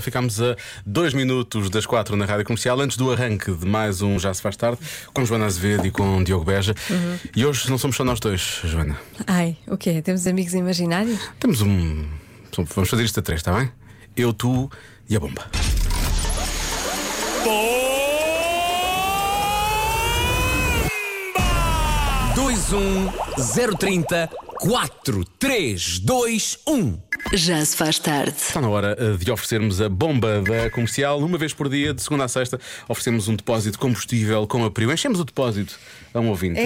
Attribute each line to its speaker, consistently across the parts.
Speaker 1: Ficámos a dois minutos das quatro na Rádio Comercial, antes do arranque de mais um Já Se Faz Tarde, com Joana Azevedo e com Diogo Beja. E hoje não somos só nós dois, Joana.
Speaker 2: Ai, o quê? Temos amigos imaginários?
Speaker 1: Temos um. Vamos fazer isto a três, está bem? Eu, tu e a bomba.
Speaker 3: dois um zero trinta quatro três dois um
Speaker 4: Já se faz tarde.
Speaker 1: Está na hora eh, de oferecermos a bomba da comercial. Uma vez por dia, de segunda a sexta, oferecemos um depósito de combustível com a Priu. Enchemos o depósito a um ouvinte.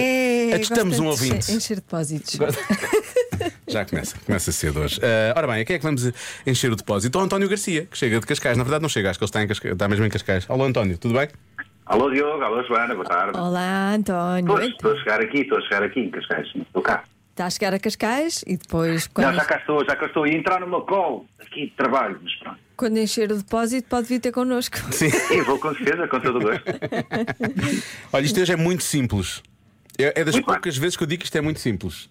Speaker 1: Atestamos
Speaker 2: É, gosto
Speaker 1: um
Speaker 2: de encher-
Speaker 1: ouvinte.
Speaker 2: Encher depósitos.
Speaker 1: Já começa, começa cedo hoje. Ah, ora bem, a quem é que vamos encher o depósito? Ao António Garcia, que chega de Cascais. Na verdade, não chega, acho que ele está, em Cascais, está mesmo em Cascais. Olá, António, tudo bem?
Speaker 5: Alô Diogo, alô Joana, boa tarde.
Speaker 2: Olá, António.
Speaker 5: Pois, estou a chegar aqui, estou a chegar aqui em Cascais, estou cá.
Speaker 2: Está a chegar a Cascais e depois,
Speaker 5: Não,
Speaker 2: quando, é
Speaker 5: já cá estou, já cá estou a entrar no meu colo aqui de trabalho, mas pronto.
Speaker 2: quando encher o depósito, pode vir ter connosco.
Speaker 5: E vou com certeza, com todo o gosto.
Speaker 1: Olha, isto hoje é muito simples. É, é das
Speaker 5: Muito bem.
Speaker 1: poucas vezes que eu digo que isto é muito simples.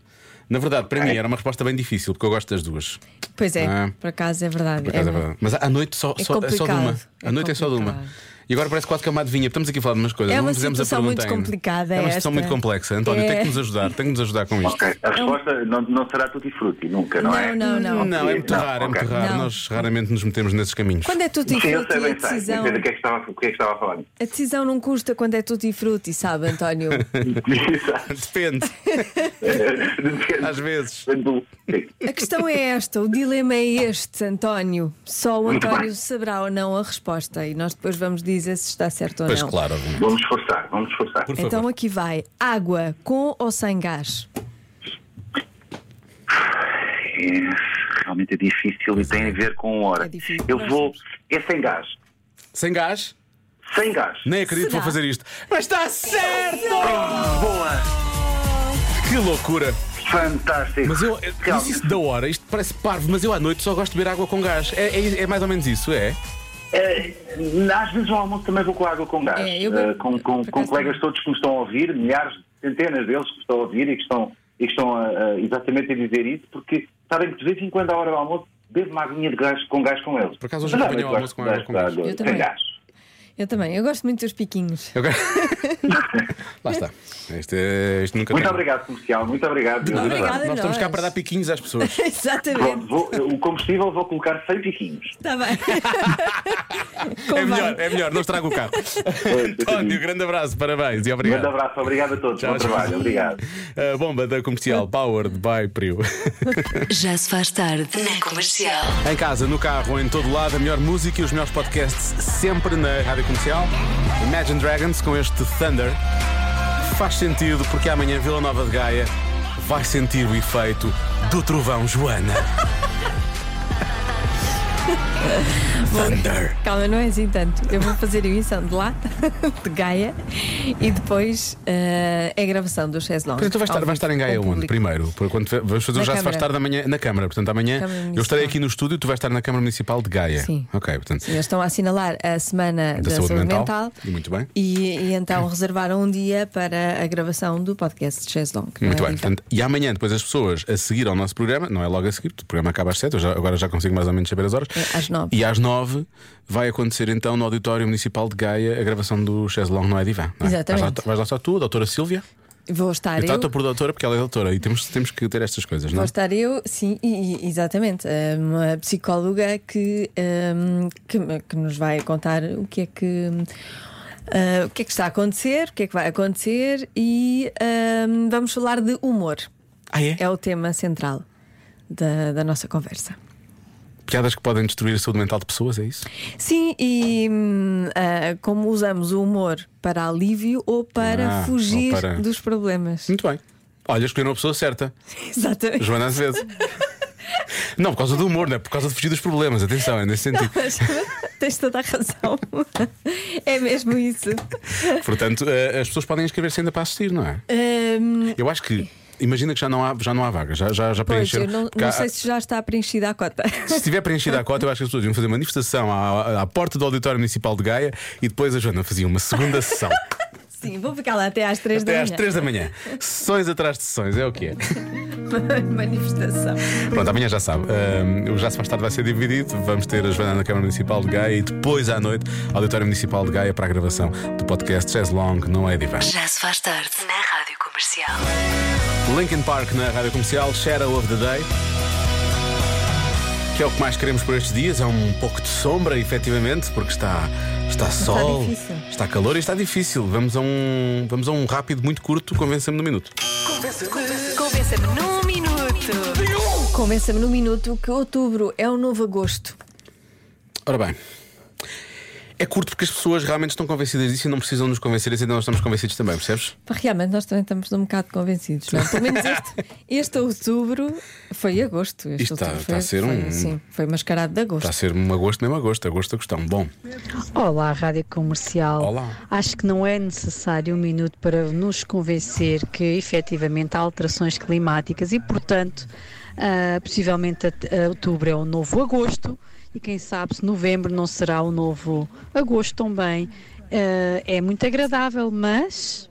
Speaker 1: Na verdade,
Speaker 2: É.
Speaker 1: para mim era uma resposta bem difícil, porque eu gosto das duas.
Speaker 2: Pois é,
Speaker 1: Ah.
Speaker 2: por acaso é verdade.
Speaker 1: Por acaso é verdade. Mas à- à noite só,
Speaker 2: É
Speaker 1: só, é só de uma.
Speaker 2: complicado.
Speaker 1: À
Speaker 2: É
Speaker 1: noite é só de uma.
Speaker 2: complicado.
Speaker 1: E agora parece quase que é uma adivinha. Estamos aqui a falar de umas coisas.
Speaker 2: É uma
Speaker 1: não fizemos
Speaker 2: situação
Speaker 1: a pergunta
Speaker 2: muito
Speaker 1: ainda.
Speaker 2: complicada
Speaker 1: É uma situação
Speaker 2: esta.
Speaker 1: muito complexa. António, tem
Speaker 2: É.
Speaker 1: que nos ajudar. Tem que nos ajudar com isto.
Speaker 5: Ok, a resposta não, não será tudo e frutti, nunca, não, é?
Speaker 2: um Não, não,
Speaker 1: Não, é muito
Speaker 5: Não,
Speaker 1: raro, é muito
Speaker 5: ok.
Speaker 1: raro.
Speaker 2: Não.
Speaker 1: Nós raramente nos metemos nesses caminhos.
Speaker 2: Quando é tudo e
Speaker 5: Sim, eu
Speaker 2: frutti,
Speaker 5: sei
Speaker 2: a
Speaker 5: bem, sei.
Speaker 2: decisão,
Speaker 5: Entendo o que é que estava, o que é que estava a falar.
Speaker 2: a decisão não custa quando é tudo e frutti, sabe, António?
Speaker 5: Exato.
Speaker 1: Depende,
Speaker 5: Depende.
Speaker 1: às vezes.
Speaker 5: Depende do- Sim.
Speaker 2: a questão é esta, o dilema é este, António. Só o
Speaker 5: Muito
Speaker 2: António
Speaker 5: bem.
Speaker 2: saberá ou não a resposta e nós depois vamos dizer se está certo ou
Speaker 1: Pois
Speaker 2: não.
Speaker 1: claro, obviamente.
Speaker 5: Vamos esforçar, vamos esforçar.
Speaker 1: Por favor.
Speaker 2: Então aqui vai: água com ou sem gás?
Speaker 5: É, realmente é difícil e tem a ver com hora.
Speaker 2: É difícil.
Speaker 5: eu
Speaker 2: Nós
Speaker 5: vou. É sem gás.
Speaker 1: Sem gás?
Speaker 5: Sem gás.
Speaker 1: Nem acredito que vou
Speaker 2: Será?
Speaker 1: fazer isto. Mas está certo!
Speaker 5: Boa!
Speaker 1: Que loucura!
Speaker 5: Fantástico!
Speaker 1: Mas eu. Mas
Speaker 5: Realmente.
Speaker 1: isso da hora, isto parece parvo, mas eu à noite só gosto de beber água com gás. É, é- é mais ou menos isso, é?
Speaker 5: É, às vezes ao almoço também vou com água com gás.
Speaker 2: É, eu
Speaker 5: Eh,
Speaker 2: bebo-
Speaker 5: com com-
Speaker 2: por
Speaker 5: com
Speaker 2: acaso
Speaker 5: colegas todos que me estão a ouvir, milhares, centenas deles que me estão a ouvir e que estão, e que estão a- a- exatamente a dizer isso, porque sabem que de vez em quando, à hora do almoço, bebo uma aguinha de gás com gás com eles.
Speaker 1: Por acaso, hoje eu apanhei o almoço com água com gás.
Speaker 2: Eu também.
Speaker 5: Sem gás.
Speaker 2: Eu também, eu gosto muito dos piquinhos.
Speaker 1: Eu quero- Lá está. Isto, é- isto nunca
Speaker 5: Muito
Speaker 1: tem- É
Speaker 5: obrigado, comercial. Muito obrigado. Deus
Speaker 2: nada.
Speaker 5: abençoe.
Speaker 2: Obrigada a
Speaker 1: Nós estamos cá
Speaker 2: nós.
Speaker 1: para dar piquinhos às pessoas.
Speaker 2: Exatamente,
Speaker 5: Pronto, vou- o combustível vou colocar 100 piquinhos.
Speaker 2: está bem.
Speaker 1: É
Speaker 2: Convém.
Speaker 1: melhor, é melhor, não estrago o carro. António, grande abraço, parabéns e
Speaker 5: Um
Speaker 1: obrigado.
Speaker 5: grande abraço, obrigado a todos.
Speaker 1: Tchau,
Speaker 5: Bom
Speaker 1: tchau.
Speaker 5: trabalho, obrigado.
Speaker 1: A bomba da comercial Powered by Prio.
Speaker 4: Já se faz tarde. Na comercial.
Speaker 1: em casa, no carro, em todo lado, a melhor música e os melhores podcasts sempre na rádio comercial. Imagine Dragons com este Thunder. Faz sentido porque amanhã Vila Nova de Gaia vai sentir o efeito do trovão Joana. Thunder.
Speaker 2: Calma, não é assim tanto. Eu vou fazer a emissão de lata, de Gaia, e depois eh, é a gravação do Chess Long.
Speaker 1: Portanto, Então tu vais estar, vais estar em Gaia onde? Primeiro, Por quando fe- vamos fazer o
Speaker 2: Na
Speaker 1: já se faz
Speaker 2: Câmara.
Speaker 1: tarde amanhã na Câmara. Portanto, amanhã
Speaker 2: Câmara
Speaker 1: eu
Speaker 2: Municipal.
Speaker 1: estarei aqui no estúdio e tu vais estar na Câmara Municipal de Gaia.
Speaker 2: Sim.
Speaker 1: Ok, portanto.
Speaker 2: Eles estão a assinalar a Semana da,
Speaker 1: saúde
Speaker 2: saúde,
Speaker 1: mental.
Speaker 2: Mental.
Speaker 1: E muito bem.
Speaker 2: E, e então reservaram um dia para a gravação do podcast de Chess Long.
Speaker 1: Muito
Speaker 2: não é?
Speaker 1: bem, portanto, e amanhã depois as pessoas a seguir ao nosso programa, não é logo a seguir, porque o programa acaba às 7, eu já- agora já consigo mais ou menos saber as horas.
Speaker 2: É, às nove.
Speaker 1: E às 9 vai acontecer então no Auditório Municipal de Gaia a gravação do Chess Long não é divã. não é?
Speaker 2: Exatamente.
Speaker 1: Vais lá, vais lá só tu, a doutora Silvia.
Speaker 2: Vou estar
Speaker 1: Eu
Speaker 2: eu.
Speaker 1: trato por doutora porque ela é doutora e temos, temos que ter estas coisas, não
Speaker 2: Vou
Speaker 1: é?
Speaker 2: estar eu, sim, e- e- exatamente. eh, Uma psicóloga que, ehm, que, me- que nos vai contar o que é que. eh, o que é que está a acontecer, o que é que vai acontecer e ehm, vamos falar de humor.
Speaker 1: Ah, é?
Speaker 2: É o tema central da, da nossa conversa.
Speaker 1: Piadas que podem destruir a saúde mental de pessoas, é isso?
Speaker 2: Sim, e hum, ah, como usamos o humor para alívio ou para
Speaker 1: Ah,
Speaker 2: fugir
Speaker 1: ou para- Hum?
Speaker 2: dos problemas.
Speaker 1: Muito bem. Olha, escolheram a pessoa certa,
Speaker 2: Exatamente.
Speaker 1: Joana Azevedo. não, por causa do humor, não é por causa de fugir dos problemas, atenção, é nesse sentido.
Speaker 2: Mas Tens toda a razão. É mesmo isso.
Speaker 1: Portanto, eh, as pessoas podem inscrever-se ainda para assistir, não é?
Speaker 2: Hum,
Speaker 1: Eu acho que. Imagina que já não há, já não há vaga, já, já, já
Speaker 2: pois,
Speaker 1: preencheram.
Speaker 2: eu não,
Speaker 1: Porque
Speaker 2: não
Speaker 1: há-
Speaker 2: sei se já está preenchida a cota.
Speaker 1: se tiver preenchida a cota, eu acho que as pessoas iam fazer manifestação à, à porta do Auditório Municipal de Gaia e depois a Joana fazia uma segunda sessão.
Speaker 2: Sim, vou ficar lá até às 3
Speaker 1: Até
Speaker 2: da
Speaker 1: às
Speaker 2: manhã.
Speaker 1: 3 da manhã. Sessões atrás de sessões, é o que é.
Speaker 2: Manifestação.
Speaker 1: Pronto, amanhã já sabe. Ahm, o Já Se Faz Tarde vai ser dividido. Vamos ter a Joana na Câmara Municipal de Gaia e depois à noite, Auditório Municipal de Gaia para a gravação do podcast Jazz Long Não É Divã.
Speaker 4: Já se faz tarde na Rádio Comercial.
Speaker 1: Linkin Park na rádio comercial, Shadow of the Day. Que é o que mais queremos por estes dias, é um pouco de sombra, efetivamente, porque está, está sol,
Speaker 2: difícil.
Speaker 1: está calor e está difícil. Vamos a um, vamos a um rápido muito curto, convença-me no minuto.
Speaker 6: Convença-me num minuto.
Speaker 2: Convença-me no minuto que outubro é o novo agosto.
Speaker 1: Ora bem, é curto porque as pessoas realmente estão convencidas disso e não precisam nos convencer, assim nós estamos convencidos também, percebes?
Speaker 2: Pá, Realmente, nós também estamos um bocado convencidos. não é? Pelo menos este, este outubro foi agosto. Este
Speaker 1: Isto está-
Speaker 2: outubro
Speaker 1: está
Speaker 2: foi,
Speaker 1: a ser
Speaker 2: foi,
Speaker 1: um-
Speaker 2: Sim, foi mascarado de agosto.
Speaker 1: Está a ser um agosto, mesmo agosto, agosto a questão. Bom,
Speaker 7: Olá, Rádio Comercial.
Speaker 1: Olá.
Speaker 7: Acho que não é necessário um minuto para nos convencer que efetivamente há alterações climáticas e, portanto, ah, possivelmente at- ah, outubro é o novo agosto e quem sabe se novembro não será o novo agosto também. Ah, é muito agradável, mas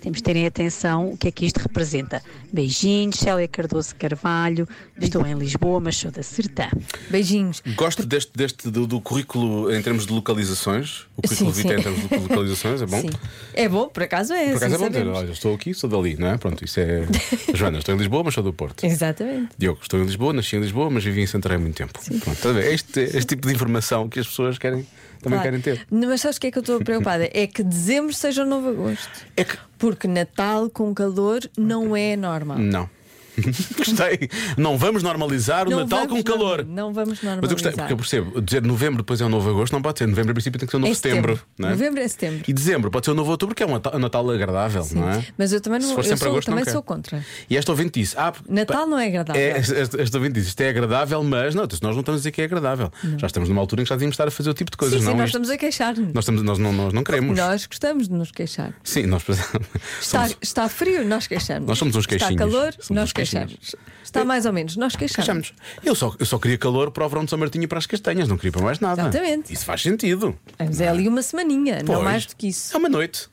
Speaker 7: temos de terem atenção o que é que isto representa. Beijinhos, Célia Cardoso Carvalho. Estou em Lisboa, mas sou da Sertã.
Speaker 2: Beijinhos.
Speaker 1: gosto deste, deste do, do currículo em termos de localizações. O currículo
Speaker 2: Sim,
Speaker 1: Vita
Speaker 2: sim.
Speaker 1: em termos de localizações, é bom.
Speaker 2: Sim. É bom, por acaso é.
Speaker 1: Por acaso é
Speaker 2: sim,
Speaker 1: bom dizer,
Speaker 2: sabemos.
Speaker 1: olha, estou aqui, sou dali, não é? Pronto, isso é. Joana, estou em Lisboa, mas sou do Porto.
Speaker 2: Exatamente.
Speaker 1: Diogo, estou em Lisboa, nasci em Lisboa, mas vivi em Santarém há muito tempo. Pronto, estás a ver? este, este tipo de informação que as pessoas querem, também
Speaker 2: Claro.
Speaker 1: querem ter.
Speaker 2: Não, Mas sabes o que é que eu estou preocupada? É que dezembro seja o novo agosto.
Speaker 1: É que.
Speaker 2: Porque Natal com calor não é normal.
Speaker 1: Não. Gostei. Não vamos normalizar o
Speaker 2: Não
Speaker 1: Natal com
Speaker 2: vamos
Speaker 1: calor.
Speaker 2: norma- não vamos
Speaker 1: Mas eu gostei,
Speaker 2: normalizar.
Speaker 1: porque eu percebo, dizer novembro depois é um novo agosto, não pode ser. Novembro, a princípio, tem que ser um novo
Speaker 2: É
Speaker 1: setembro. não é?
Speaker 2: Novembro é setembro.
Speaker 1: E dezembro pode ser um novo outubro, que é um Natal- um Natal agradável, não é?
Speaker 2: Mas eu também não-
Speaker 1: Se for
Speaker 2: eu
Speaker 1: sempre
Speaker 2: sou-
Speaker 1: agosto,
Speaker 2: também
Speaker 1: não
Speaker 2: sou
Speaker 1: quero.
Speaker 2: contra.
Speaker 1: E esta ouvinte disse: ah,
Speaker 2: Natal
Speaker 1: pa-
Speaker 2: não é agradável.
Speaker 1: É, esta- esta esta ouvinte disse: isto é agradável, mas não, nós não estamos a dizer que é agradável. Já estamos numa altura em que já devíamos estar a fazer o tipo de coisas,
Speaker 2: sim,
Speaker 1: não
Speaker 2: sim, nós
Speaker 1: Isto-
Speaker 2: estamos a queixar-nos.
Speaker 1: nós, estamos- nós não, nós não queremos.
Speaker 2: Nós gostamos de nos queixar.
Speaker 1: Sim, nós precisamos.
Speaker 2: Está,
Speaker 1: somos-
Speaker 2: está frio, nós queixamos.
Speaker 1: Nós somos uns
Speaker 2: Está
Speaker 1: queixinhos.
Speaker 2: calor,
Speaker 1: Somos uns
Speaker 2: nós
Speaker 1: queixinhos.
Speaker 2: queixamos. Está mais ou menos, nós queixamos.
Speaker 1: Fechamos. Eu só, eu só queria calor para o verão de São Martinho e para as castanhas, não queria para mais nada.
Speaker 2: Exatamente.
Speaker 1: Isso faz sentido.
Speaker 2: Mas é ali uma semaninha, não
Speaker 1: Pois.
Speaker 2: mais do que
Speaker 1: É
Speaker 2: isso.
Speaker 1: uma noite.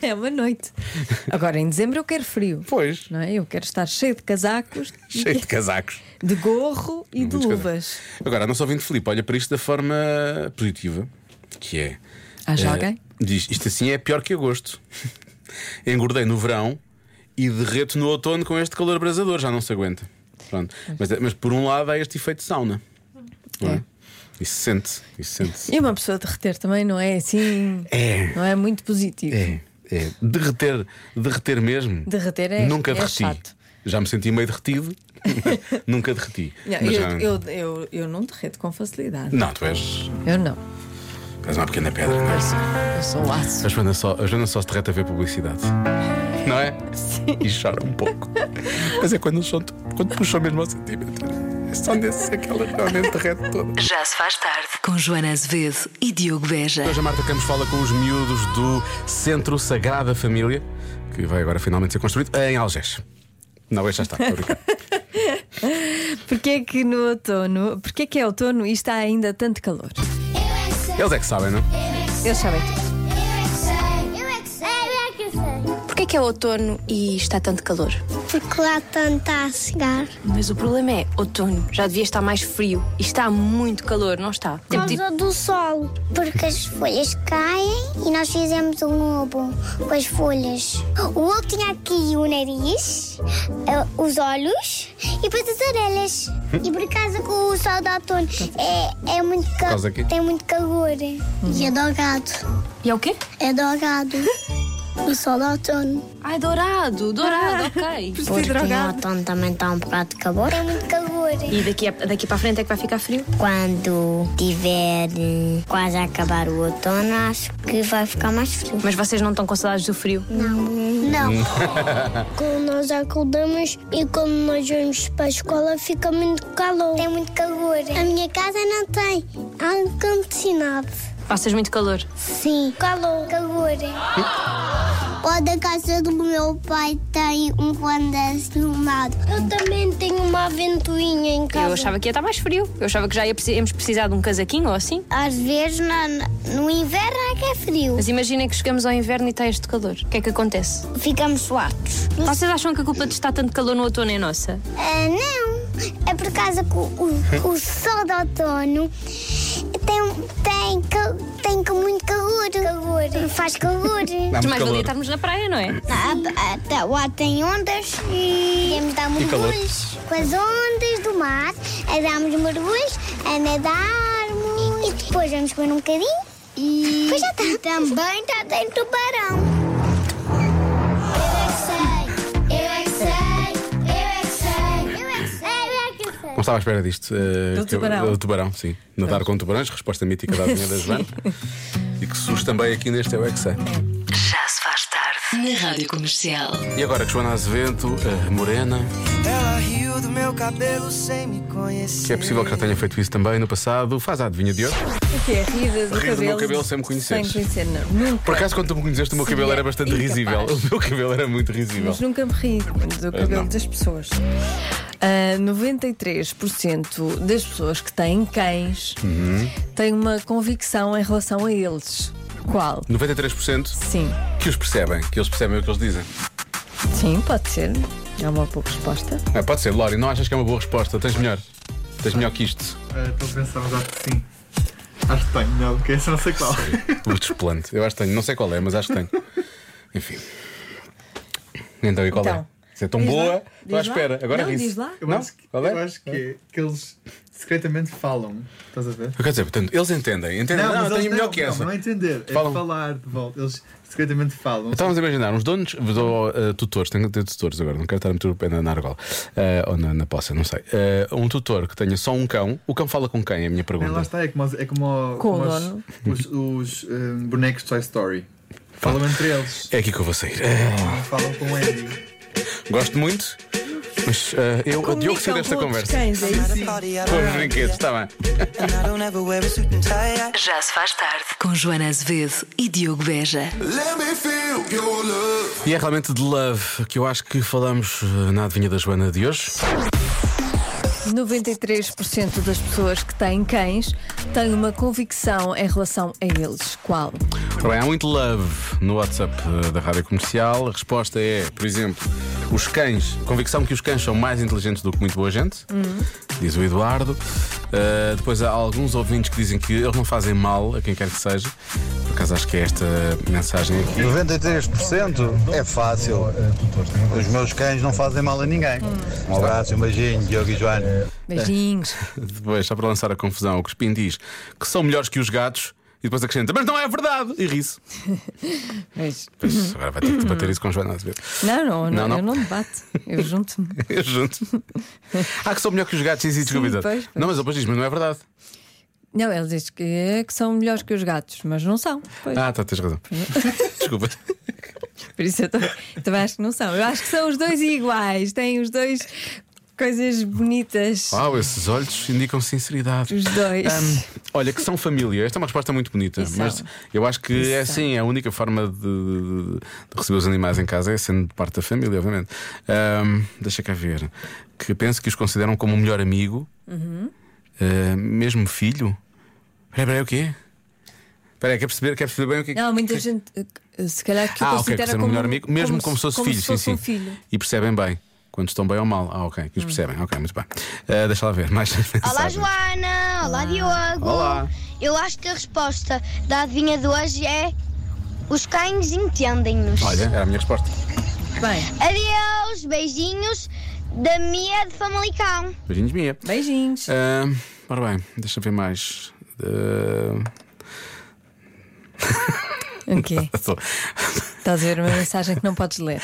Speaker 2: É uma noite. Agora, em dezembro eu quero frio.
Speaker 1: Pois.
Speaker 2: Não é? Eu quero estar cheio de casacos,
Speaker 1: Cheio de casacos.
Speaker 2: de gorro e de
Speaker 1: Muitos
Speaker 2: luvas.
Speaker 1: casacos. Agora, a nossa ouvinte Filipe olha para isto da forma positiva, que é.
Speaker 2: Haja
Speaker 1: eh,
Speaker 2: alguém?
Speaker 1: Diz: Isto assim é pior que agosto. Engordei no verão e derreto no outono com este calor abrasador, já não se aguenta. Pronto. Mas, mas por um lado há este efeito de sauna. Não é? Isso sente-se. Isso sente-se.
Speaker 2: E uma pessoa derreter também não é assim.
Speaker 1: É.
Speaker 2: Não é muito positivo.
Speaker 1: É, é. Derreter, derreter mesmo.
Speaker 2: Derreter é-
Speaker 1: Nunca
Speaker 2: é
Speaker 1: derreti.
Speaker 2: chato.
Speaker 1: Já me senti meio derretido, mas nunca derreti.
Speaker 2: Não,
Speaker 1: Mas
Speaker 2: eu,
Speaker 1: já-
Speaker 2: eu, eu, eu não derreto com facilidade.
Speaker 1: Não, tu és,
Speaker 2: Eu não.
Speaker 1: és uma pequena pedra. não é?
Speaker 2: Eu sou, eu sou aço.
Speaker 1: A Joana, só, a Joana só se derrete a ver publicidade. Não é? Sim. E chora um pouco. Mas é quando, são, quando puxam mesmo ao sentimento. É só desse é que ela realmente derrete toda. Então,
Speaker 4: Já se faz tarde com Joana Azevedo e Diogo Beja.
Speaker 1: Hoje a Marta Campos fala com os miúdos do Centro Sagrada Família, que vai agora finalmente ser construído em Algés. Não, este já está. estou a brincar.
Speaker 2: Porquê é que no outono, porquê é que é outono e está ainda tanto calor?
Speaker 1: Eles é que sabem, não?
Speaker 2: Eles sabem tudo.
Speaker 8: Eu é que sei, eu é que sei.
Speaker 9: Porquê que é outono e está tanto calor?
Speaker 8: Porque lá tanto está a chegar.
Speaker 9: Mas o problema é outono. Já devia estar mais frio e está muito calor, não está?
Speaker 8: Por
Speaker 9: Tipo, tipo,
Speaker 8: causa do sol. Porque as folhas caem e nós fizemos um lobo com as folhas. O lobo tinha aqui o nariz, eh, os olhos e depois as orelhas. E por causa que o sol do outono é, é muito
Speaker 1: causa
Speaker 8: calor.
Speaker 1: quê?
Speaker 8: Tem muito calor. E é dourado.
Speaker 9: E é o quê?
Speaker 8: É dourado. o sol do outono.
Speaker 9: Ai, dourado, dourado, ok.
Speaker 8: Porque no outono também está um bocado de calor. Tem muito calor.
Speaker 9: E daqui, a- daqui para a frente é que vai ficar frio?
Speaker 8: Quando tiver eh, quase a acabar o outono, acho que vai ficar mais frio.
Speaker 9: Mas vocês não estão com saudades do frio?
Speaker 8: Não. Não. quando nós acordamos e quando nós vamos para a escola, fica muito calor. Tem muito calor. A minha casa não tem ar-condicionado.
Speaker 9: Passas muito calor.
Speaker 8: Sim. Calor. Calor. Ou da casa é. do meu pai tem um condense lumado. Eu também tenho uma ventoinha em
Speaker 9: Eu achava que ia estar mais frio. Eu achava que já ia preci- íamos precisar de um casaquinho ou assim.
Speaker 8: Às vezes na- no inverno é que é frio.
Speaker 9: Mas imaginem que chegamos ao inverno e está este calor. O que é que acontece?
Speaker 8: Ficamos suados.
Speaker 9: Vocês acham que a culpa de estar tanto calor no outono é nossa?
Speaker 8: Ah, não, é por causa que o, o- o sol do outono tem, tem, cal- tem com muito calor. calor. Faz calor.
Speaker 1: Há muito
Speaker 9: Mas mais valia
Speaker 1: calor.
Speaker 9: estarmos na praia, não é?
Speaker 8: Até lá tem ondas e podemos dar
Speaker 1: calor.
Speaker 8: mergulhos. Com as ondas do mar, a darmos mergulhos, a nadarmos. E depois vamos comer um bocadinho. E, já tá. também já tem tubarão. Eu é que é sei, eu é que sei, eu é que sei, eu é que sei.
Speaker 1: Não estava à espera disto. eh,
Speaker 2: Do
Speaker 1: que eu-
Speaker 2: tubarão.
Speaker 1: do tubarão, sim. Nadar com tubarões, resposta mítica da Avenida da Joana. E que surge também aqui neste Eu É Que Sei.
Speaker 4: Já se faz tarde na Rádio Comercial.
Speaker 1: E agora que Joana Azevedo, eh, Morena,
Speaker 6: Ela riu do meu cabelo sem me conhecer.
Speaker 1: que é possível que já tenha feito isso também no passado, faz a adivinha de hoje.
Speaker 2: O que é? Ridas do
Speaker 1: Rir do
Speaker 2: cabelo.
Speaker 1: meu cabelo sem me conheceres.
Speaker 2: Sem conhecer, não. Nunca.
Speaker 1: Por acaso, quando tu me conheceste, o meu
Speaker 2: Sim,
Speaker 1: cabelo
Speaker 2: é
Speaker 1: era bastante
Speaker 2: incapaz.
Speaker 1: risível. O meu cabelo era muito risível.
Speaker 2: Mas nunca me ri do cabelo
Speaker 1: não.
Speaker 2: das pessoas. Ah, 93% das pessoas que têm cães
Speaker 1: Uhum.
Speaker 2: têm uma convicção em relação a eles. Qual?
Speaker 1: 93%
Speaker 2: Sim.
Speaker 1: que os percebem, que eles percebem o que eles dizem.
Speaker 2: Sim, pode ser. É uma boa resposta.
Speaker 1: Ah, pode ser, Lori, não achas que é uma boa resposta? Tens melhor. Tens melhor que isto.
Speaker 10: Ah, Estou a pensar, mas acho que sim. Acho que tenho, não, porque essa não sei qual.
Speaker 1: O desplante. Eu acho que tenho. Não sei qual é, mas acho que tenho. Enfim. Então, e qual
Speaker 2: Então,
Speaker 1: é? Se é tão
Speaker 2: diz
Speaker 1: boa,
Speaker 2: lá, diz
Speaker 1: estou à
Speaker 2: lá.
Speaker 1: espera. Agora
Speaker 2: Não,
Speaker 1: ri-se.
Speaker 2: diz lá.
Speaker 10: Eu,
Speaker 1: Não?
Speaker 10: Acho, que,
Speaker 1: Qual é?
Speaker 10: eu acho que, é que eles secretamente falam, estás a ver?
Speaker 1: Eu quero dizer, portanto, eles entendem. Entendem? Não,
Speaker 10: mas
Speaker 1: eu
Speaker 10: eles
Speaker 1: tenho melhor
Speaker 10: não,
Speaker 1: que
Speaker 10: não,
Speaker 1: essa.
Speaker 10: Não é entender, é
Speaker 1: Falam. Então
Speaker 10: falar de volta. Eles secretamente falam.
Speaker 1: Estávamos a imaginar uns donos, ou, eh, tutores, tenho que ter tutores agora, não quero estar a meter o pé na, na argola Eh, ou na, na poça, não sei. Eh, um tutor que tenha só um cão, o cão fala com quem? É a minha
Speaker 10: É, lá
Speaker 1: pergunta.
Speaker 10: está, é como, os- é
Speaker 2: Com
Speaker 10: como,
Speaker 2: o
Speaker 10: como os-
Speaker 2: dono.
Speaker 10: os, os, hum, bonecos de Toy Story. Falam entre eles,
Speaker 1: É aqui que eu vou sair. Eh,
Speaker 10: não falam com o Andy.
Speaker 1: gosto muito, mas eh, eu
Speaker 2: Comunicam
Speaker 1: adiogo sair desta
Speaker 2: com outros
Speaker 1: conversa.
Speaker 2: Cães, é isso?
Speaker 1: Com os brinquedos, está bem.
Speaker 4: Já se faz tarde com Joana Azevedo e Diogo Beja.
Speaker 1: E é realmente de love que eu acho que falamos eh, na adivinha da Joana de hoje.
Speaker 2: 93% das pessoas que têm cães têm uma convicção em relação a eles. Qual?
Speaker 1: Ora bem, há Então é muito love no WhatsApp eh, da Rádio Comercial. A resposta é, por exemplo, os cães. Convicção que os cães são mais inteligentes do que muito boa gente, diz o Eduardo. Eh, depois há alguns ouvintes que dizem que eles não fazem mal a quem quer que seja. Por acaso acho que é esta mensagem aqui.
Speaker 11: 93% é fácil. Os meus cães não fazem mal a ninguém.
Speaker 2: Hum.
Speaker 11: Um abraço, um beijinho, Diogo e Joana.
Speaker 2: Beijinhos.
Speaker 1: Depois, só para lançar a confusão, o Crespim diz que são melhores que os gatos e depois acrescenta, mas não é verdade! E ri-se. É.
Speaker 2: Beijo.
Speaker 1: Pois, Agora vai ter que debater isso com o Joana Azevedo.
Speaker 2: Não,
Speaker 1: Não,
Speaker 2: não, não,
Speaker 1: não.
Speaker 2: eu não me bato. Eu junto-me.
Speaker 1: Eu junto. Ah, que são melhor que os gatos, sim, sim, desculpa. então.
Speaker 2: pois, pois.
Speaker 1: Não, mas depois diz, mas não é verdade.
Speaker 2: Não, ele diz que, que são melhores que os gatos, mas não são. Pois.
Speaker 1: Ah, tá, tens razão. Desculpa.
Speaker 2: Por isso eu também, também acho que não são. Eu acho que são os dois iguais, têm os dois coisas bonitas.
Speaker 1: Uau, esses olhos indicam sinceridade.
Speaker 2: Os dois.
Speaker 1: Ah. Ahm, olha, que são família. Esta é uma resposta muito bonita,
Speaker 2: E são.
Speaker 1: mas eu acho que é
Speaker 2: são.
Speaker 1: assim: é a única forma de, de receber os animais em casa é sendo parte da família, obviamente. Ahm, deixa cá ver. Que penso que os consideram como o melhor amigo,
Speaker 2: Uhum.
Speaker 1: Ah, mesmo filho. Peraí, peraí, o quê? Peraí, quer perceber, quer perceber bem o que
Speaker 2: Não, muita gente, eh, se calhar, que o
Speaker 1: Ah, ok,
Speaker 2: considera
Speaker 1: que ser o
Speaker 2: como
Speaker 1: melhor amigo, mesmo como, se fosse filho,
Speaker 2: fosse
Speaker 1: sim,
Speaker 2: um
Speaker 1: sim.
Speaker 2: filho. Hum.
Speaker 1: E percebem bem quando estão bem ou mal. Ah, ok, que os percebem, ok, muito bem. Ah, deixa lá ver, mais
Speaker 8: Olá,
Speaker 1: mensagens.
Speaker 8: Joana! Olá, Diogo!
Speaker 1: Olá.
Speaker 8: Eu acho que a resposta da adivinha de hoje é: os cães entendem-nos.
Speaker 1: Olha, era a minha resposta.
Speaker 2: Bem,
Speaker 8: Adeus, beijinhos da Mia de Famalicão.
Speaker 1: Beijinhos, minha.
Speaker 2: beijinhos.
Speaker 1: Ah, ora bem, deixa ver mais. Ah,
Speaker 2: Ok.
Speaker 1: estou-
Speaker 2: Estás a ver uma mensagem que não podes ler.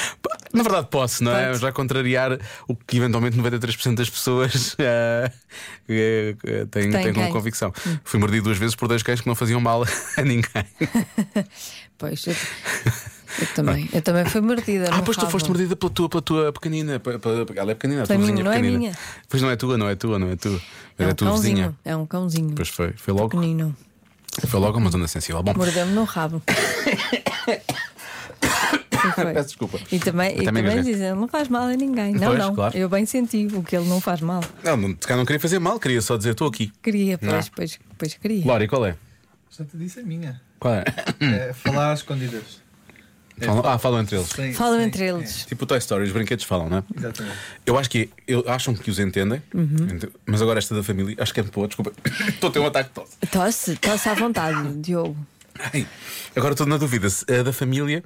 Speaker 1: Na verdade, posso, não é?
Speaker 2: Pode.
Speaker 1: Já contrariar o que eventualmente 93% das pessoas ah, eh, eh, têm,
Speaker 2: Tem
Speaker 1: têm como
Speaker 2: quem? Hum.
Speaker 1: convicção. Fui mordido duas vezes por dois cães que não faziam mal a ninguém.
Speaker 2: Pois, eu, eu também. Eu também fui mordida.
Speaker 1: Ah,
Speaker 2: no
Speaker 1: pois tu
Speaker 2: rabo.
Speaker 1: foste mordida pela tua, pela tua pequenina. pe- pe- pe- Ela é pequenina, a tua
Speaker 2: Pela
Speaker 1: vizinha
Speaker 2: minha, não é
Speaker 1: pequenina.
Speaker 2: minha.
Speaker 1: Pois não é tua, não é tua, não é tua. Mas
Speaker 2: É um
Speaker 1: é tua vizinha.
Speaker 2: cãozinho. É um cãozinho.
Speaker 1: Pois foi. Foi logo,
Speaker 2: Pequenino.
Speaker 1: foi logo uma zona sensível. Bom,
Speaker 2: Mordeu-me no rabo. Sim, foi.
Speaker 1: Peço desculpa.
Speaker 2: E também,
Speaker 1: Eu
Speaker 2: e
Speaker 1: também
Speaker 2: também
Speaker 1: enganei.
Speaker 2: dizem, não faz mal a ninguém. Não,
Speaker 1: Pois,
Speaker 2: não.
Speaker 1: claro.
Speaker 2: Eu bem senti o que ele não faz mal.
Speaker 1: Não, não, se calhar não queria fazer mal, queria só dizer estou aqui.
Speaker 2: Queria,
Speaker 1: Não.
Speaker 2: pois, pois, pois queria.
Speaker 1: Lori, qual é?
Speaker 10: Portanto, disse a minha.
Speaker 1: Qual é?
Speaker 10: É falar às escondidas.
Speaker 1: Falam- ah, falam entre eles.
Speaker 10: Sim,
Speaker 2: Falam
Speaker 10: sim,
Speaker 2: entre eles.
Speaker 1: Tipo o Toy Story, os brinquedos falam, não é?
Speaker 10: Exatamente.
Speaker 1: Eu acho que eu, acham que os entendem,
Speaker 2: Uhum.
Speaker 1: ent- mas agora esta da família, acho que é muito boa, desculpa. Estou a ter um ataque de tosse.
Speaker 2: Tosse, tosse à vontade, Diogo.
Speaker 1: Ai, agora estou na dúvida se é da família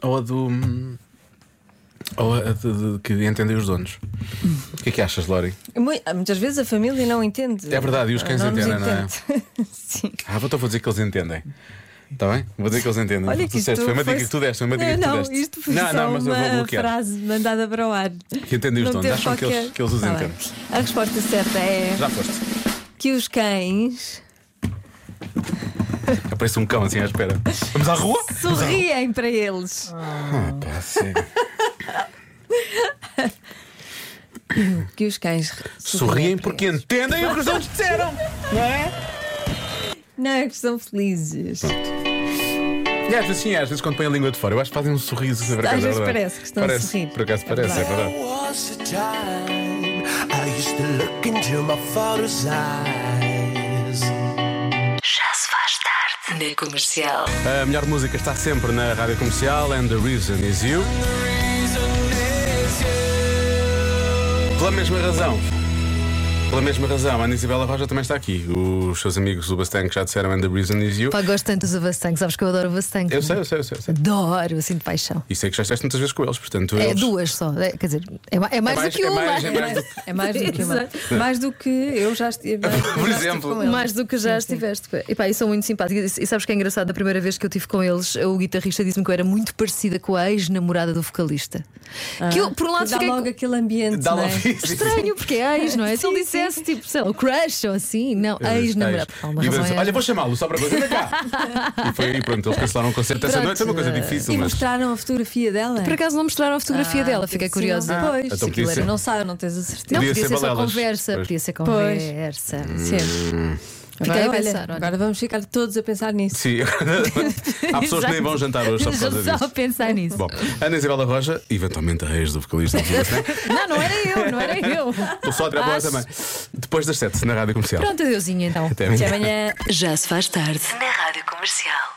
Speaker 1: ou a do. ou a de, de- que entendem os donos. O que é que achas, Lori?
Speaker 2: Mui- Muitas vezes a família não entende.
Speaker 1: É verdade, e os cães
Speaker 2: Não nos
Speaker 1: entendem, não é?
Speaker 2: entende. Sim.
Speaker 1: Ah, então vou dizer que eles entendem. Está bem? Vou dizer que eles entendem.
Speaker 2: Olha
Speaker 1: Uhum. Tu
Speaker 2: que isto
Speaker 1: disseste, foi uma dica
Speaker 2: foi-
Speaker 1: que tu deste, foi uma dica que tu
Speaker 2: não,
Speaker 1: deste.
Speaker 2: isto foi
Speaker 1: não,
Speaker 2: só
Speaker 1: não, mas eu vou
Speaker 2: uma
Speaker 1: bloquear.
Speaker 2: frase mandada para o ar.
Speaker 1: Que entendem os
Speaker 2: Não
Speaker 1: donos,
Speaker 2: teve
Speaker 1: acham que
Speaker 2: qualquer-
Speaker 1: eles, que eles os
Speaker 2: Tá bem.
Speaker 1: entendem.
Speaker 2: A resposta certa é
Speaker 1: Já foste.
Speaker 2: que os cães
Speaker 1: Aparece um cão assim à espera. Vamos à rua? Vamos à rua.
Speaker 2: sorriem para eles.
Speaker 1: Ah, pá, sim.
Speaker 2: Que os cães
Speaker 1: Sorriem porque entendem o que os donos disseram, não é?
Speaker 2: Não, é que são felizes.
Speaker 1: E às vezes sim, às vezes quando põem a língua de fora, eu acho que fazem um sorriso. por acaso, é
Speaker 2: vezes
Speaker 1: verdade.
Speaker 2: parece que estão a
Speaker 1: Parece,
Speaker 2: sorrir.
Speaker 1: Por acaso
Speaker 2: É
Speaker 1: parece, é
Speaker 2: verdade.
Speaker 1: verdade.
Speaker 12: was a time I used to look into my father's eyes.
Speaker 4: Já se faz tarde na comercial.
Speaker 1: A melhor música está sempre na rádio comercial, and the reason is you. Pela mesma razão. Pela mesma razão, a Ana Isabela Roja também está aqui. Os seus amigos do Bastan que já disseram And the Reason Is You.
Speaker 13: Pá, gosto tanto dos Avastank, sabes que eu adoro Avastank.
Speaker 1: Eu sei, eu sei, eu sei. eu sei.
Speaker 13: Adoro, assim, de paixão.
Speaker 1: E sei que já estás muitas vezes com eles, portanto.
Speaker 13: É
Speaker 1: eles-
Speaker 13: duas só, é, quer dizer, é, ma- é mais
Speaker 1: mais-
Speaker 13: do que
Speaker 1: é
Speaker 13: uma.
Speaker 1: mais- é mais do que-
Speaker 2: É mais do que uma.
Speaker 13: Exato.
Speaker 2: Mais do que eu já estive.
Speaker 1: Por exemplo.
Speaker 13: Mais do que já estiveste. pá. E, pá, e são muito simpáticos. E, e sabes que é engraçado? Da primeira vez que eu estive com eles, o guitarrista disse-me que eu era muito parecida com a ex-namorada do vocalista. que eu, por um lado,
Speaker 2: Ah, dá
Speaker 13: fiquei.
Speaker 2: logo aquele ambiente.
Speaker 13: Dá
Speaker 2: não é?
Speaker 1: um
Speaker 13: logo- Estranho, porque é ex, não é? Se ele dissesse tipo, sei lá, o crush ou assim, não,
Speaker 1: eles-
Speaker 13: ex-namorada.
Speaker 1: eles-
Speaker 13: Por alguma
Speaker 1: E eu
Speaker 13: razão
Speaker 1: disse,
Speaker 13: é
Speaker 1: Olha, vou chamá-lo só para você. Vem cá. E foi aí, pronto, eles cancelaram o concerto essa
Speaker 13: Pronto,
Speaker 1: noite. Foi uma coisa
Speaker 13: eh,
Speaker 1: difícil,
Speaker 13: e
Speaker 1: mas.
Speaker 2: Mostraram a fotografia dela?
Speaker 13: Por acaso não mostraram a fotografia
Speaker 2: Ah,
Speaker 13: dela, fiquei
Speaker 2: sim,
Speaker 13: curiosa.
Speaker 2: não, Pois,
Speaker 1: Então podia ser-
Speaker 2: não sabe, não tens a certeza.
Speaker 13: Não,
Speaker 1: Podia
Speaker 13: podia,
Speaker 1: ser
Speaker 13: ser, só
Speaker 1: balelas.
Speaker 13: conversa,
Speaker 1: Pois.
Speaker 13: podia ser
Speaker 2: Pois.
Speaker 13: conversa.
Speaker 1: Hum.
Speaker 13: Fiquei
Speaker 2: Agora,
Speaker 13: a
Speaker 2: olha,
Speaker 13: pensar, olha.
Speaker 2: agora vamos ficar todos a pensar nisso.
Speaker 1: Sim, há pessoas que nem vão jantar hoje só por causa disso.
Speaker 13: a pensar nisso.
Speaker 1: Bom, Ana Isabela Roja, eventualmente a ex do vocalista. do Bastan.
Speaker 13: Não, não era eu, não era eu.
Speaker 1: Estou só a tirar para
Speaker 13: Acho.
Speaker 1: também. Depois das 7 na rádio comercial.
Speaker 13: Pronto, adeusinho então.
Speaker 1: Até amanhã.
Speaker 4: Já se faz tarde na rádio comercial.